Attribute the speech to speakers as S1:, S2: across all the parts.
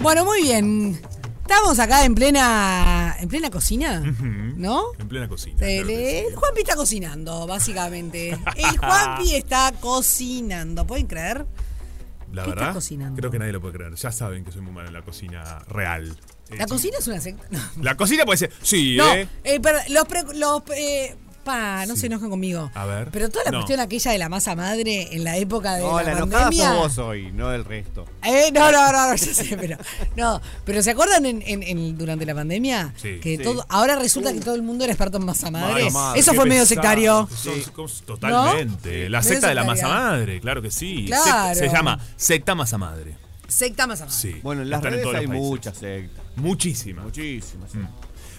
S1: Bueno, muy bien. Estamos acá en plena en plena cocina, ¿no?
S2: En plena cocina.
S1: Eh,
S2: claro que sí.
S1: El Juanpi está cocinando, básicamente. El Juanpi está cocinando, ¿pueden creer?
S2: La
S1: ¿Qué estás
S2: verdad,
S1: cocinando?
S2: creo que nadie lo puede creer. Ya saben que soy muy malo en la cocina real. Eh,
S1: ¿La
S2: sí.
S1: cocina es una secta? No,
S2: La cocina puede ser. Sí,
S1: No,
S2: ¿eh?
S1: eh, perdón, los... pre- los, eh, pa, no se enojen conmigo.
S2: A ver.
S1: Pero toda la
S2: No.
S1: cuestión aquella de la masa madre en la época de
S3: No, la
S1: la
S3: enojada
S1: pandemia...
S3: sos vos hoy, no del resto.
S1: Eh, no, no, no, no, yo sé, pero. No, pero ¿se acuerdan en, en- en- durante la pandemia?
S2: Sí.
S1: que
S3: Sí.
S1: todo Ahora resulta que todo el mundo era experto en masa madre.
S2: Masa madre,
S1: Eso
S2: qué
S1: fue medio
S2: pesado.
S1: sectario.
S2: Son- son- Totalmente. La
S1: Medio
S2: secta de la
S1: sectaria.
S2: masa madre, claro que sí.
S1: Claro.
S2: Secta- se llama secta masa madre.
S1: Secta masa madre.
S2: Sí.
S3: Bueno, en las
S2: Están
S3: redes
S2: todos los
S3: hay
S2: países. Mm.
S3: muchas sectas.
S2: Muchísimas.
S3: Muchísimas. eh.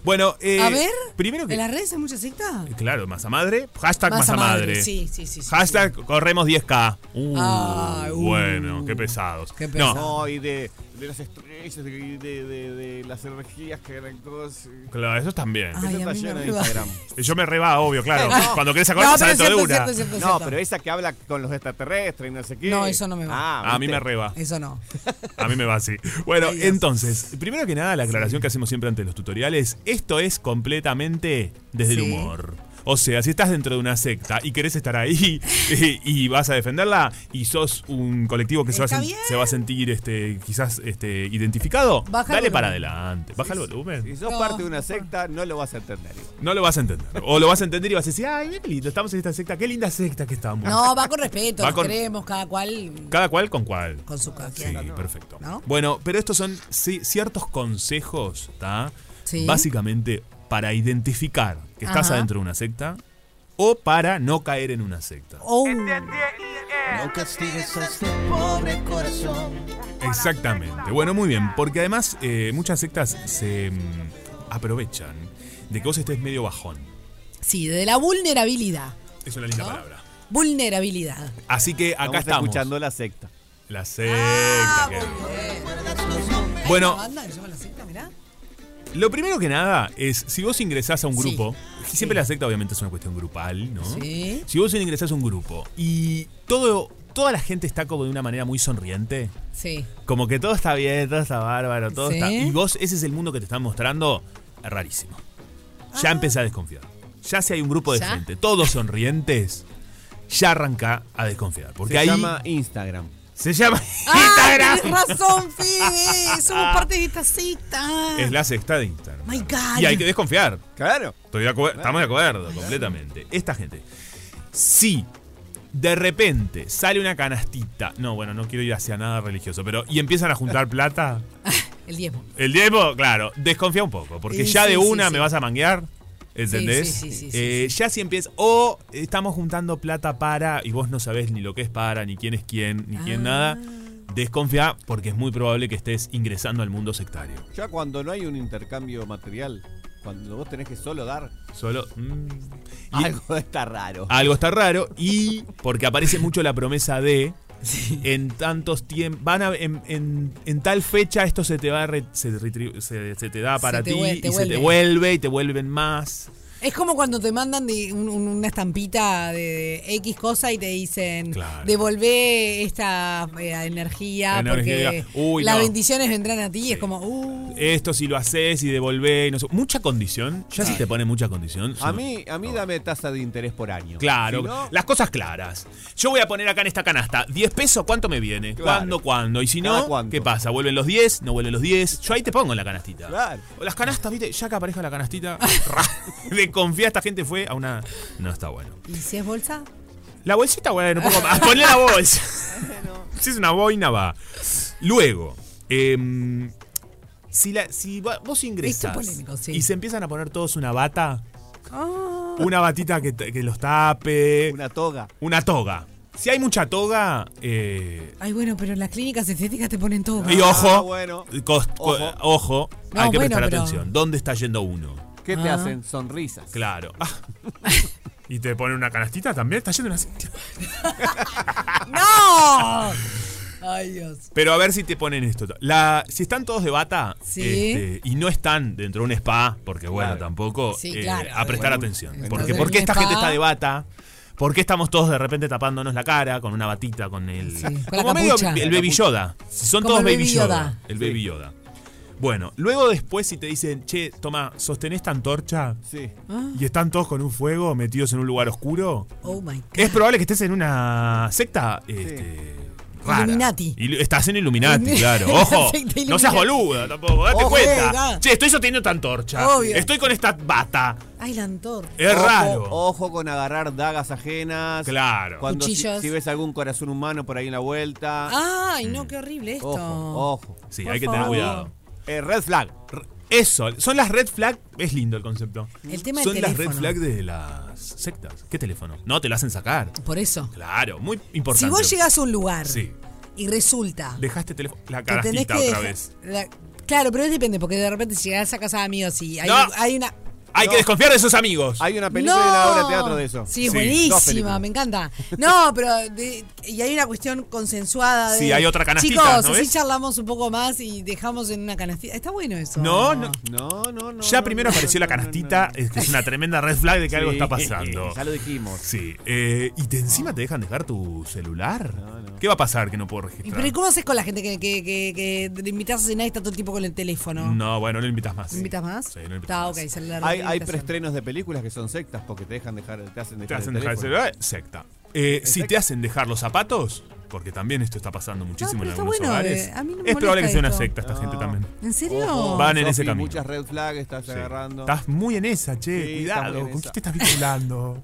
S2: Bueno, eh,
S1: A ver,
S2: primero que.
S1: ¿en las redes hay mucha secta?
S2: Claro, masa madre. Hashtag masa,
S1: Masa madre,
S2: madre.
S1: sí, sí, sí, sí,
S2: Hashtag corremos 10K. Uh,
S1: Ah, uh.
S2: bueno, qué pesados.
S1: Qué
S2: No,
S1: pesado.
S3: No, y de, de las estrellas, de, de, de- de las energías que eran todas. eh,
S2: Claro, esos también.
S1: Ay, a mí me
S3: de
S1: arriba.
S3: Instagram.
S2: Yo me reba, obvio, claro.
S1: No.
S2: Ah. Cuando querés
S1: No,
S2: acordar,
S1: pero
S2: sale
S1: es
S2: todo de
S1: cierto,
S2: una.
S1: es cierto, es
S3: No,
S1: cierto.
S3: pero esa que habla con los extraterrestres y no sé qué.
S1: No, eso no me va.
S3: Ah,
S2: A mí me
S3: ¿viste?
S2: reba.
S1: Eso no.
S2: A mí me va así. Bueno,
S1: Ay, Dios.
S2: entonces, primero que nada, la aclaración que hacemos siempre ante los tutoriales, esto es completamente desde
S1: Sí.
S2: el humor. O sea, si estás dentro de una secta y querés estar ahí eh, y vas a defenderla y sos un colectivo que se va, a
S1: Está
S2: sen-
S1: bien.
S2: se va a sentir este, quizás este, identificado,
S1: Baja el
S2: dale
S1: volumen.
S2: para adelante. Baja el volumen.
S3: Si sos
S1: No.
S3: parte de una secta, no lo vas a entender.
S2: No lo vas a entender. O lo vas a entender y vas a decir, ay, qué lindo, estamos en esta secta, qué linda secta que estamos.
S1: No, va con respeto,
S2: Va
S1: nos
S2: con-
S1: queremos, cada cual
S2: Cada cual con cual.
S1: con su
S2: Sí,
S1: canción.
S2: perfecto.
S1: ¿No?
S2: Bueno, pero estos son ci- ciertos consejos, ¿está?
S1: Sí.
S2: Básicamente para identificar que estás
S1: Ajá.
S2: adentro de una secta o para no caer en una secta.
S1: Oh,
S4: No castigues a este pobre corazón.
S2: Exactamente. Bueno, muy bien, porque además eh, muchas sectas se mm, aprovechan de que vos estés medio bajón.
S1: sí, de la vulnerabilidad.
S2: Es una linda
S1: ¿No?
S2: palabra.
S1: Vulnerabilidad.
S2: Así que acá
S3: Acá
S2: estamos.
S3: escuchando la secta.
S2: La secta.
S1: Ah,
S2: que-
S1: La
S2: Bueno,
S1: banda que se llama la secta, mirá.
S2: Lo primero que nada es, si vos ingresás a un
S1: Sí.
S2: grupo, siempre la secta obviamente es una cuestión grupal, ¿no?
S1: Sí.
S2: Si vos ingresás a un grupo y todo, toda la gente está como de una manera muy sonriente,
S1: Sí.
S2: como que todo está bien, todo está bárbaro, todo
S1: Sí.
S2: está... Y vos, ese es el mundo que te están mostrando, rarísimo. Ya empezás a desconfiar. Ya si hay un grupo de
S1: Ah. ¿Ya?
S2: gente, todos sonrientes, ya arranca a desconfiar. Porque
S3: Se
S2: ahí
S3: llama Instagram.
S2: se llama
S1: ¡Ah,
S2: Instagram.
S1: tenés razón, Fede! Somos parte de esta secta.
S2: Ah. Es la secta de Instagram.
S1: My God.
S2: Y hay que desconfiar.
S3: Claro.
S2: Estoy de acuer- estamos de acuerdo, completamente. Esta gente. Si de repente sale una canastita. No, bueno, no quiero ir hacia nada religioso, pero. Y empiezan a juntar plata.
S1: El diezmo.
S2: El diezmo, claro, desconfía un poco. Porque
S1: Sí,
S2: ya
S1: sí,
S2: de
S1: sí,
S2: una
S1: sí.
S2: me vas a manguear. ¿Entendés?
S1: Sí, sí, sí, sí, sí,
S2: Eh, Ya si empieza. O estamos juntando plata para. Y vos no sabés ni lo que es para, ni quién es quién, ni quién nada.
S1: Ah.
S2: Desconfía porque es muy probable que estés ingresando al mundo sectario.
S3: Ya cuando no hay un intercambio material, cuando vos tenés que solo dar,
S2: Solo. mm, Y-
S3: algo está raro.
S2: Algo está raro y porque aparece mucho la promesa de en tantos tiempos van a- en, en- en tal fecha esto se te va a re- se, retribu- se- se te da para
S1: te
S2: ti
S1: vuel-
S2: y
S1: te
S2: se
S1: vuelve.
S2: te vuelve y te vuelven más.
S1: Es como cuando te mandan de un- un- una estampita de X cosa y te dicen,
S2: Claro.
S1: devolvé esta eh, energía
S2: Energía.
S1: porque
S2: Uy,
S1: las
S2: no.
S1: bendiciones vendrán a ti. Y es como, uh,
S2: Esto si lo haces y devolvés, no sé, mucha condición, ya si te pone mucha condición.
S3: A
S2: son-
S3: mí, a mí dame tasa de interés por año.
S2: Claro,
S3: Si no,
S2: las cosas claras. Yo voy a poner acá en esta canasta 10 pesos, ¿cuánto me viene?
S3: Claro.
S2: ¿Cuándo, cuándo? Y si
S3: Cada
S2: no,
S3: cuánto.
S2: ¿qué pasa? ¿Vuelven los 10? ¿No vuelven los 10? Yo ahí te pongo en la canastita.
S3: Claro.
S2: O Las canastas, ¿viste? Ya que aparezca la canastita, de confía esta gente fue a una... No, está bueno.
S1: ¿y si es bolsa?
S2: La bolsita, bueno, un poco más. Ponle la bolsa. si es una boina, va. Luego, em, si, la, si va- vos ingresás
S1: Esto es polémico, sí. Ah.
S2: y se empiezan a poner todos una bata, una batita que, te- que los tape,
S3: una toga.
S2: una toga. Si hay mucha toga, eh,
S1: Ay, bueno, pero en las clínicas estéticas te ponen todo.
S2: y ojo,
S3: Ah, bueno.
S2: cos- co-
S3: Ojo.
S2: ojo,
S1: No,
S2: hay que
S1: bueno,
S2: prestar
S1: pero-
S2: atención. ¿Dónde está yendo uno?
S3: ¿Qué te
S1: Ah.
S3: hacen? Sonrisas.
S2: Claro. Ah. ¿Y te ponen una canastita también? ¿Está yendo una canastita?
S1: ¡No! Ay, Dios.
S2: Pero a ver si te ponen esto. La, si están todos de bata
S1: Sí.
S2: este, y no están dentro de un spa, porque bueno,
S3: Claro.
S2: tampoco,
S1: Sí,
S2: eh,
S1: claro.
S2: a prestar
S1: Bueno,
S2: atención.
S1: entonces,
S2: Porque,
S1: un
S2: porque esta
S1: spa.
S2: gente está de bata, ¿Por qué estamos todos de repente tapándonos la cara con una batita, con el.
S1: Sí, con la
S2: como medio
S1: capucha.
S2: el baby Yoda. Si son
S1: Como
S2: todos
S1: el
S2: baby
S1: Baby
S2: Yoda.
S1: Yoda.
S2: El
S3: Sí.
S2: baby Yoda. Bueno, luego después si te dicen, che, toma, sostén esta antorcha
S3: Sí.
S2: y están todos con un fuego metidos en un lugar oscuro,
S1: Oh my God.
S2: es probable que estés en una secta. Este, rara.
S1: Illuminati.
S2: Ilu- estás en Illuminati,
S1: En-
S2: claro.
S1: en la
S2: Ojo.
S1: secta
S2: No seas
S1: Illuminati.
S2: boluda tampoco. Date
S1: Ojo,
S2: cuenta.
S1: venga.
S2: Che, estoy sosteniendo esta antorcha.
S1: Obvio.
S2: Estoy con esta bata.
S1: Ay, la antorcha.
S2: Es
S3: Ojo-
S2: raro.
S3: Ojo con agarrar dagas ajenas.
S2: Claro.
S3: Cuando si,
S1: Cuchillos. Ah,
S3: si ves algún corazón humano por ahí en la vuelta.
S1: Ay, no, qué horrible esto.
S3: Ojo, ojo.
S2: Sí,
S1: Por
S2: hay que tener
S1: favor.
S2: cuidado.
S3: Eh, red flag.
S2: R- Eso, son las red flag, es lindo el concepto.
S1: El tema del
S2: son las red
S1: teléfono.
S2: flag de las sectas. ¿Qué teléfono? No, te lo hacen sacar.
S1: Por eso.
S2: Claro, muy importante.
S1: Si vos llegás a un lugar
S2: Sí.
S1: y resulta
S2: Dejaste teléfono. La
S1: que tenés
S2: carastita
S1: que
S2: otra
S1: dejar-
S2: vez.
S1: la- claro, pero depende, porque de repente si llegás a casa de amigos y hay,
S2: No.
S1: hay una.
S2: Hay que desconfiar de sus amigos.
S3: Hay una película y una obra de teatro de eso.
S1: Sí,
S2: Sí,
S1: es
S3: dos
S1: buenísima,
S3: películas.
S1: me encanta. No, pero. de- y hay una cuestión consensuada. De,
S2: Sí, hay otra canastita,
S1: Chicos,
S2: ¿no
S1: así
S2: ves?
S1: charlamos un poco más y dejamos en una canastita. Está bueno eso.
S2: No, no.
S3: No, no, no.
S2: Ya
S3: no,
S2: primero
S3: no,
S2: apareció
S3: no,
S2: la
S3: no, no,
S2: canastita,
S3: no.
S2: es que es una tremenda red flag de que algo
S3: Sí,
S2: está pasando.
S3: Ya lo dijimos.
S2: Sí, eh, y te encima te dejan dejar tu celular.
S3: No, no.
S2: ¿Qué va a pasar que no puedo
S1: ¿Y
S2: registrar?
S1: pero ¿y cómo haces con la gente que, que, que, que te invitas a cenar y está todo el tiempo con el teléfono?
S2: No, bueno, no lo invitas más.
S1: ¿Lo invitas más?
S2: Sí, no lo invitas
S1: Está,
S2: más.
S1: ok, se la
S3: Hay, hay
S1: reinvitación.
S3: preestrenos de películas que son sectas porque te dejan dejar, te hacen dejar,
S2: Te hacen
S3: el
S2: dejar el
S3: teléfono.
S2: celular, secta. Eh, si te hacen dejar los zapatos, porque también esto está pasando
S1: pero
S2: muchísimo en
S1: está
S2: algunos
S1: bueno,
S2: hogares.
S1: eh, a mí no me
S2: es
S1: molesta
S2: probable que sea una
S1: esto.
S2: secta esta
S3: No.
S2: gente también.
S1: ¿En serio?
S3: Ojo,
S2: Van en
S3: Sofi,
S2: ese camino.
S3: Muchas red flag estás
S2: Sí.
S3: agarrando.
S2: Estás muy en esa, che.
S3: Sí,
S2: Cuidado,
S3: estamos en
S2: ¿con quién
S3: esa.
S2: te estás vinculando?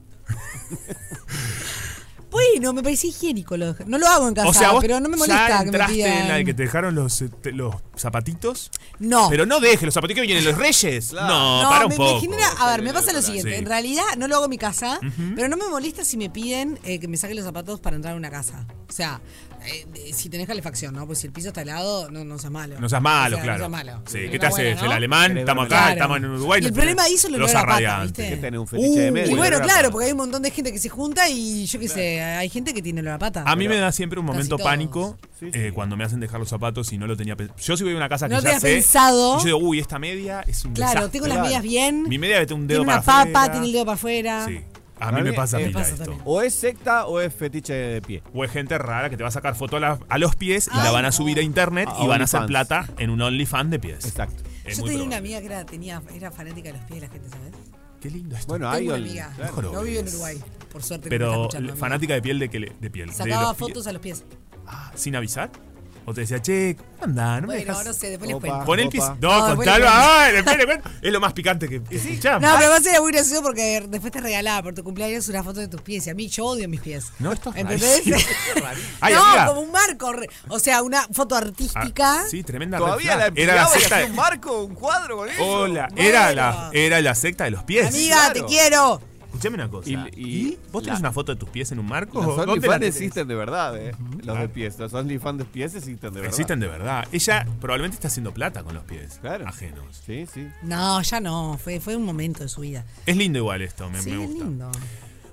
S1: Bueno, me parecía higiénico. Lo de- no lo hago en casa,
S2: o sea, vos
S1: pero no me molesta
S2: ya
S1: que me
S2: entraste
S1: pidan.
S2: en la de que te dejaron los, eh, te- los zapatitos.
S1: No.
S2: Pero no dejes los zapatitos que vienen los reyes.
S3: Claro.
S2: No,
S1: Oh. no,
S2: para un
S1: me, me
S2: poco.
S1: genera, a ver, me pasa lo
S3: Sí.
S1: siguiente, en realidad no lo hago en mi casa, pero no me molesta si me piden eh, que me saque los zapatos para entrar a una casa. O sea, eh, de- si tenés calefacción, ¿no? Pues si el piso está helado, no, no seas malo.
S2: No seas malo,
S1: O sea,
S2: claro.
S1: No seas malo.
S2: Sí,
S1: Pero
S2: ¿qué te
S1: está
S2: haces?
S1: bueno, ¿no?
S2: El alemán,
S3: Pero
S2: estamos acá,
S1: Claro.
S2: estamos en Uruguay.
S1: Y el
S2: no
S1: problema
S2: tenemos-
S1: ahí son los
S2: los
S1: olor a pata,
S2: arradiantes.
S1: ¿viste?
S3: Que tenés un fetiche de
S2: Uh,
S3: medio.
S1: Y bueno,
S2: Olor a
S1: claro,
S2: pata.
S1: porque hay un montón de gente que se junta y yo qué sé, hay gente que tiene olor a pata.
S2: A mí me da siempre un
S1: Casi
S2: momento
S1: todos.
S2: pánico
S3: Sí,
S2: eh,
S3: sí.
S2: cuando me hacen dejar los zapatos y no lo tenía pensado. Yo si voy a una casa que
S1: No lo
S2: ya
S1: tenías
S2: sé,
S1: pensado.
S2: y yo digo, uy, esta media es un
S1: Claro,
S2: desastre.
S1: tengo las
S3: claro.
S1: medias bien.
S2: Mi media mete un dedo
S1: tiene una
S2: para
S1: papa,
S2: afuera.
S1: tiene el dedo para afuera.
S2: Sí, a mí me pasa
S3: Eh,
S2: pila
S1: pasa
S2: esto.
S1: también.
S3: O es secta o es fetiche de pie.
S2: O es gente rara que te va a sacar foto a, la- a los pies y
S1: Ay,
S2: la van a
S1: no.
S2: subir a internet
S3: A
S2: y van a hacer
S3: OnlyFans.
S2: plata en un OnlyFans de pies.
S3: Exacto.
S2: Es
S1: Yo
S2: muy
S1: tenía
S2: probable.
S1: una amiga que era, tenía, era fanática de los pies de la gente, ¿sabes?
S2: Qué lindo esto.
S3: Bueno, hay
S1: Tengo una
S3: ol-
S1: amiga.
S3: claro.
S2: Mejor
S1: No vive en
S2: ves.
S1: Uruguay, por suerte. que me está
S2: pero
S1: escuchando, amiga.
S2: fanática de piel de, que le- de piel. de
S1: Sacaba
S2: los pies.
S1: fotos a los pies.
S2: Ah, sin avisar. O te decía, che, ¿cómo andás? No me
S1: Bueno,
S2: dejas. Ah,
S1: no sé, después les
S3: Opa.
S1: cuento.
S2: Pon el
S3: Opa.
S2: pie.
S1: No,
S2: No,
S1: después
S2: contalo.
S1: le cuento.
S2: Ah, después le cuento. Es lo más picante que que escuchamos.
S1: No, pero va a ser muy gracioso porque después te regalaba por tu cumpleaños una foto de tus pies. Y a mí yo odio mis pies.
S2: No, esto es
S1: ¿Entendés?
S2: rarísimo. Ay,
S1: no,
S2: amiga.
S1: como un marco. re- O sea, una foto
S2: Ah,
S1: artística.
S2: sí, tremenda red
S3: Todavía la
S2: flag. Era la
S3: empleaba y
S2: secta
S3: hacía
S2: de-
S3: un marco, un cuadro con eso.
S2: Hola,
S1: Bueno.
S2: era la, era la secta de los pies.
S1: Amiga, te
S3: claro.
S1: quiero.
S2: Escuchame una cosa.
S3: Y-
S2: ¿Y,
S3: y-
S2: vos tenés
S3: la-
S2: una foto de tus pies en un marco?
S3: Los
S2: ¿Dónde la
S3: OnlyFans
S2: tenés?
S3: existen de verdad, eh. Los de
S2: Claro.
S3: pies. Los OnlyFans de pies existen de verdad.
S2: Existen de verdad. Ella probablemente está haciendo plata con los pies
S3: Claro.
S2: ajenos.
S3: Sí, sí.
S1: No, ya no. Fue, fue un momento de su vida.
S2: Es lindo igual esto, me,
S1: sí,
S2: me
S1: es
S2: gusta.
S1: lindo.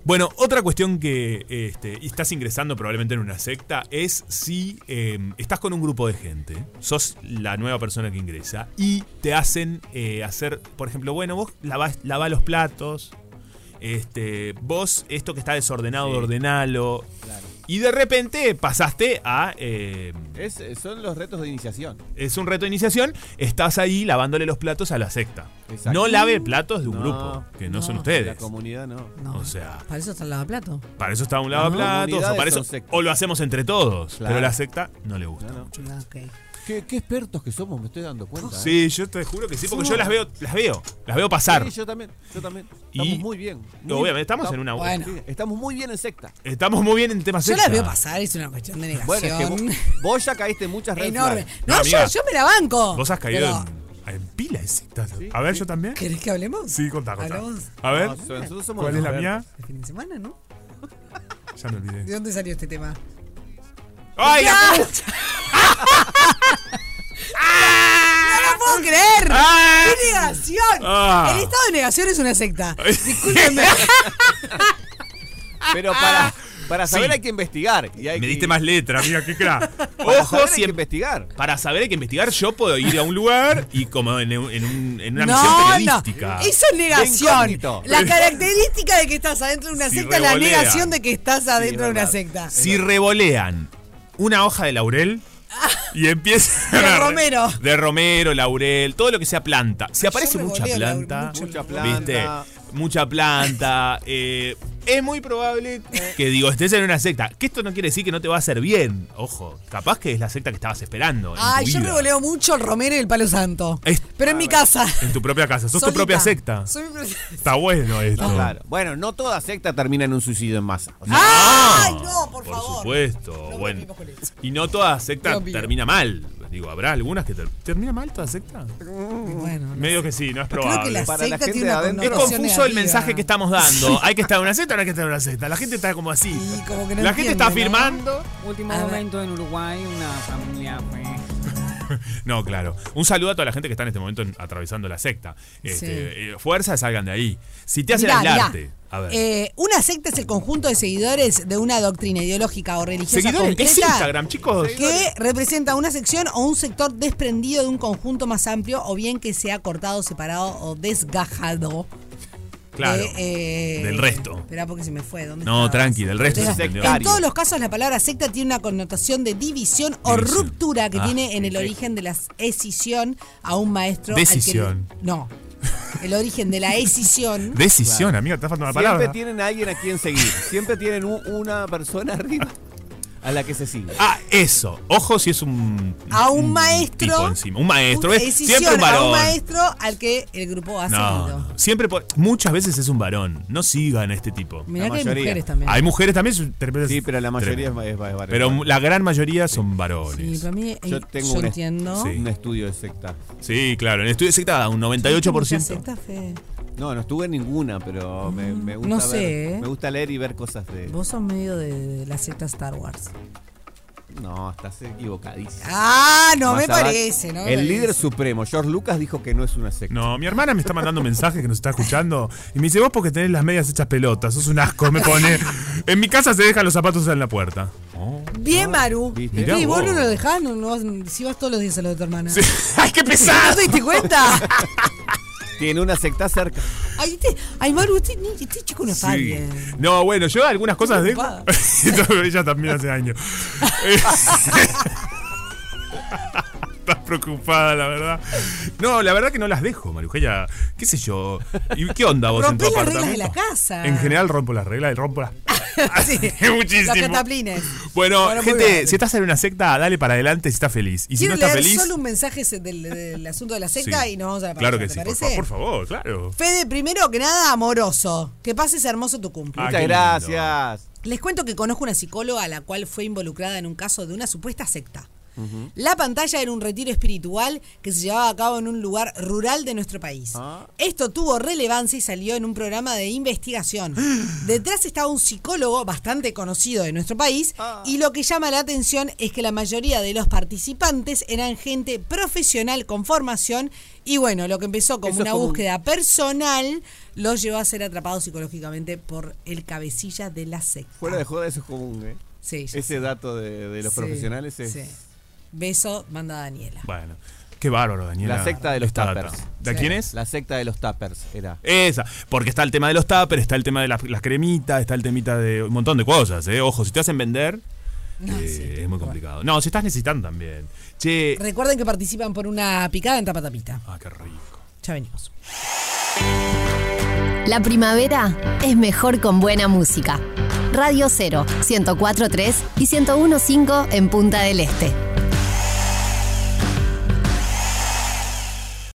S2: Bueno, otra cuestión que este, y estás ingresando probablemente en una secta es si eh, estás con un grupo de gente, sos la nueva persona que ingresa y te hacen eh, hacer, por ejemplo, bueno, vos lavás, lavá los platos, este, vos esto que está desordenado, ordenalo. Y de repente pasaste a... eh,
S3: Es, son los retos de iniciación.
S2: es un reto de iniciación, estás ahí lavándole los platos a la secta.
S3: Exacto.
S2: No lave platos de un
S3: No,
S2: grupo, que no,
S1: no.
S2: son
S3: La
S2: ustedes.
S3: comunidad no.
S1: No,
S2: O sea-
S1: Para eso está el lavaplato.
S2: Para eso está un lavaplatos, o,
S3: comunidades
S2: para
S3: son
S2: eso,
S3: sectas.
S2: o lo hacemos entre todos.
S3: Claro.
S2: Pero la secta no le gusta
S3: No, no.
S2: mucho.
S1: Ah, ok.
S3: ¿Qué, qué expertos que somos, me estoy dando cuenta. ¿eh?
S2: Sí, yo te juro que sí, porque
S1: Sí.
S2: yo las veo, las veo, las veo pasar.
S3: Sí, yo también, yo también.
S2: Y-
S3: Estamos muy bien. Muy bien.
S2: Obviamente, estamos en una
S1: Bueno.
S3: Sí, estamos muy bien en secta.
S2: Estamos muy bien en temas
S1: Yo
S2: secta.
S1: la veo pasar, es una cuestión de negación.
S3: Bueno, es que vos, vos ya caíste en muchas redes.
S1: Enorme.
S2: No,
S1: No,
S2: amiga,
S1: yo, yo me la banco.
S2: Vos has caído
S1: Pero,
S2: en, en pila de sectas. A ver, yo también.
S1: ¿Querés que hablemos?
S2: Sí, contá, contá.
S1: Hablamos
S2: A ver,
S3: nosotros somos
S2: ¿cuál es la
S3: los
S2: mía?
S1: el fin de semana, ¿no?
S2: Ya me
S1: ¿De
S2: olvidé.
S1: dónde salió este tema?
S2: ¡Ay, la
S1: ¡Ah!
S2: puta!
S1: ¡No lo puedo creer!
S2: ¡Ah!
S1: ¡Qué negación!
S2: Ah.
S1: El estado de negación es una secta. Discúlpenme. Ah.
S3: Pero para, Para
S2: Sí.
S3: saber hay que investigar. Y hay
S2: Me
S3: que-
S2: diste más letra, mira qué crack.
S3: Para saber
S2: Ojo,
S3: hay que
S2: siempre.
S3: investigar.
S2: Para saber hay que investigar, yo puedo ir a un lugar y como en, un- en un- en una misión
S1: No, no.
S2: periodística.
S1: Eso es negación.
S3: incógnito.
S1: La característica de que estás adentro de una
S2: Si
S1: secta es la
S2: revolea.
S1: negación de que estás adentro de una
S3: verdad.
S1: secta.
S2: Si revolean una hoja de laurel y empiezan
S1: Ah. de
S2: a-
S1: romero.
S2: De romero, laurel, todo lo que sea planta. Si aparece
S1: Yo
S2: mucha
S1: revoleo la-
S2: planta,
S1: mucho
S3: Mucha
S2: ¿viste?
S3: planta.
S2: Mucha planta. eh, es muy probable
S1: Eh.
S2: que digo, estés en una secta. Que esto no quiere decir que no te va a hacer bien. Ojo, capaz que es la secta que estabas esperando. en
S1: Ay,
S2: tu
S1: yo
S2: vida.
S1: revoleo mucho el romero y el palo santo.
S2: Es-
S1: Pero en mi casa.
S2: En tu propia casa. Sos
S1: Solita.
S2: tu propia secta.
S1: Soy mi propia-
S2: Está bueno esto.
S3: Claro. Bueno, no toda secta termina en un suicidio en masa. O
S2: Ah,
S3: sea,
S1: ¡Ay, no, por,
S2: Por
S1: favor!
S2: supuesto.
S1: No
S2: bueno.
S1: volvimos con eso.
S2: Y no toda secta
S1: Dios mío.
S2: termina mal. Digo, habrá algunas que ter- termina mal toda secta.
S1: Bueno, no
S2: Medio que sí, no es
S1: Creo
S2: probable.
S1: que la
S3: Para la
S1: secta
S3: gente
S1: tiene una
S3: de adentro.
S2: Es
S3: Pero
S1: connotación
S2: confuso el
S1: negativa.
S2: mensaje que estamos dando. ¿Hay que estar en una secta o no hay que estar en una secta? La gente está como así.
S1: Sí, como que no
S2: la
S1: entiende,
S2: gente está
S1: ¿no?
S2: afirmando.
S5: Último
S1: A ver.
S5: momento en Uruguay, una familia fue.
S2: No, claro. Un saludo a toda la gente que está en este momento en- atravesando la secta. Este,
S1: Sí.
S2: eh, fuerza, salgan de ahí. Si te hacen
S1: Mirá, mirá.
S2: aislarte. A ver.
S1: Eh, una secta es el conjunto de seguidores de una doctrina ideológica o religiosa
S2: Seguidores, es
S1: completa
S2: Instagram, chicos.
S1: que representa una sección o un sector desprendido de un conjunto más amplio o bien que se ha cortado, separado o desgajado
S2: Claro.
S1: de, eh,
S2: del resto.
S1: Esperá porque se me fue. ¿dónde
S2: No,
S1: estaba?
S2: tranqui, del resto
S1: Deja-
S2: se entendió.
S1: En todos los casos la palabra secta tiene una connotación de división o
S2: División.
S1: ruptura que
S2: Ah,
S1: tiene en el
S2: sí.
S1: origen de la escisión a un maestro. al que-
S2: Decisión.
S1: no. El origen de la escisión.
S2: Decisión, amigo, te falta una
S3: siempre
S2: palabra.
S3: tienen a alguien a quien seguir. Siempre tienen u- una persona arriba a la que se sigue.
S2: Ah, eso. Ojo si es un.
S1: a un maestro.
S2: tipo encima. Un maestro.
S1: una
S2: ¿ves?
S1: escisión
S2: Siempre un
S1: A un
S2: varón.
S1: maestro al que el grupo ha
S2: No,
S1: seguido.
S2: no. siempre por- muchas veces es un varón. No sigan a este tipo.
S1: Mirá
S3: La
S1: que hay
S3: mayoría.
S1: mujeres también.
S2: Hay mujeres también. su- tre-
S3: Sí, pero la mayoría
S2: tre-
S3: es, es, es- es-
S2: Pero la gran mayoría son
S1: Sí,
S2: varones.
S1: para mí, eh, yo,
S3: Yo tengo una-
S1: entiendo.
S2: Sí.
S3: un estudio de secta.
S2: Sí, claro. En el estudio de secta, un 98%.
S1: Mucha secta, Fede.
S3: No, no estuve en ninguna, pero me, me gusta
S1: Mm, No
S3: ver-
S1: sé, ¿eh?
S3: me gusta leer y ver cosas de.
S1: Vos sos medio de, de la secta Star Wars.
S3: No, estás equivocadísimo.
S1: Ah, no
S3: Más
S1: me
S3: abajo.
S1: parece, ¿no? me
S3: El líder
S1: parece.
S3: supremo, George Lucas, dijo que no es una secta.
S2: No, mi hermana me está mandando mensajes que nos está escuchando y me dice, vos porque tenés las medias hechas pelotas, sos un asco, me pone. En mi casa se dejan los zapatos en la puerta. Oh.
S1: Bien, Maru.
S3: ¿viste?
S1: Y
S2: Mirá
S1: vos no
S2: vos.
S1: lo dejás, no, no- si vas todos los días a lo de tu hermana.
S2: Sí. ¡Ay, qué
S1: ¿No
S2: pesado!
S1: te diste cuenta?
S3: Tiene una secta cerca.
S1: Ay, este- ay, Maru, este, ni- este chico no está
S2: Sí.
S1: bien.
S2: No, bueno, yo algunas cosas de.
S1: ocupada.
S2: Ella también hace años. Eh, Estás preocupada, la verdad. No, la verdad que no las dejo, Marujella. ¿Qué sé yo? ¿Y qué onda vos en tu
S1: Rompés las reglas
S2: apartamento?
S1: de la casa.
S2: En general rompo las reglas, rompo las.
S1: Sí.
S2: Muchísimo.
S1: Los cataplines.
S2: Bueno,
S1: Bueno, muy
S2: gente,
S1: bien.
S2: si estás en una secta, dale para adelante si estás feliz. Y si
S1: Quiero
S2: no estás
S1: leer
S2: feliz.
S1: solo un mensaje se- del, del asunto de la
S2: sí.
S1: secta y nos vamos a la pausa.
S2: Claro
S1: ¿te
S2: que sí, por,
S1: parece?
S2: fa- por favor, claro.
S1: Fede, primero que nada, amoroso. Que pases hermoso tu cumple.
S2: Ah,
S3: Muchas
S2: qué lindo.
S3: gracias.
S1: Les cuento que conozco una psicóloga a la cual fue involucrada en un caso de una supuesta secta. La pantalla era un retiro espiritual que se llevaba a cabo en un lugar rural de nuestro país.
S3: Ah.
S1: Esto tuvo relevancia y salió en un programa de investigación. Detrás estaba un psicólogo bastante conocido de nuestro país
S3: Ah.
S1: y lo que llama la atención es que la mayoría de los participantes eran gente profesional con formación y bueno, lo que empezó como
S3: Eso es
S1: una
S3: como un-
S1: búsqueda personal los llevó a ser atrapados psicológicamente por el cabecilla de la secta.
S3: Fuera de joda, eso es común, ¿eh?
S1: Sí, ya
S3: Ese dato de, de los
S1: Sí,
S3: profesionales es.
S1: sí. Beso, manda Daniela.
S2: Bueno, qué bárbaro, Daniela.
S3: La secta de los
S2: Esta data.
S3: tappers.
S2: ¿De
S1: Sí.
S2: quién es?
S3: La secta de los tappers era.
S2: Esa, porque está el tema de los tuppers, está el tema de las, las cremitas, está el temita de un montón de cosas, ¿eh? Ojo, si te hacen vender,
S1: No,
S2: eh,
S1: sí.
S2: es muy complicado. No, si estás necesitando también. Che.
S1: Recuerden que participan por una picada en tapatapita.
S2: Ah, qué rico.
S1: Ya venimos.
S6: La primavera es mejor con buena música. Radio 0, 104.3 y 101.5 en Punta del Este.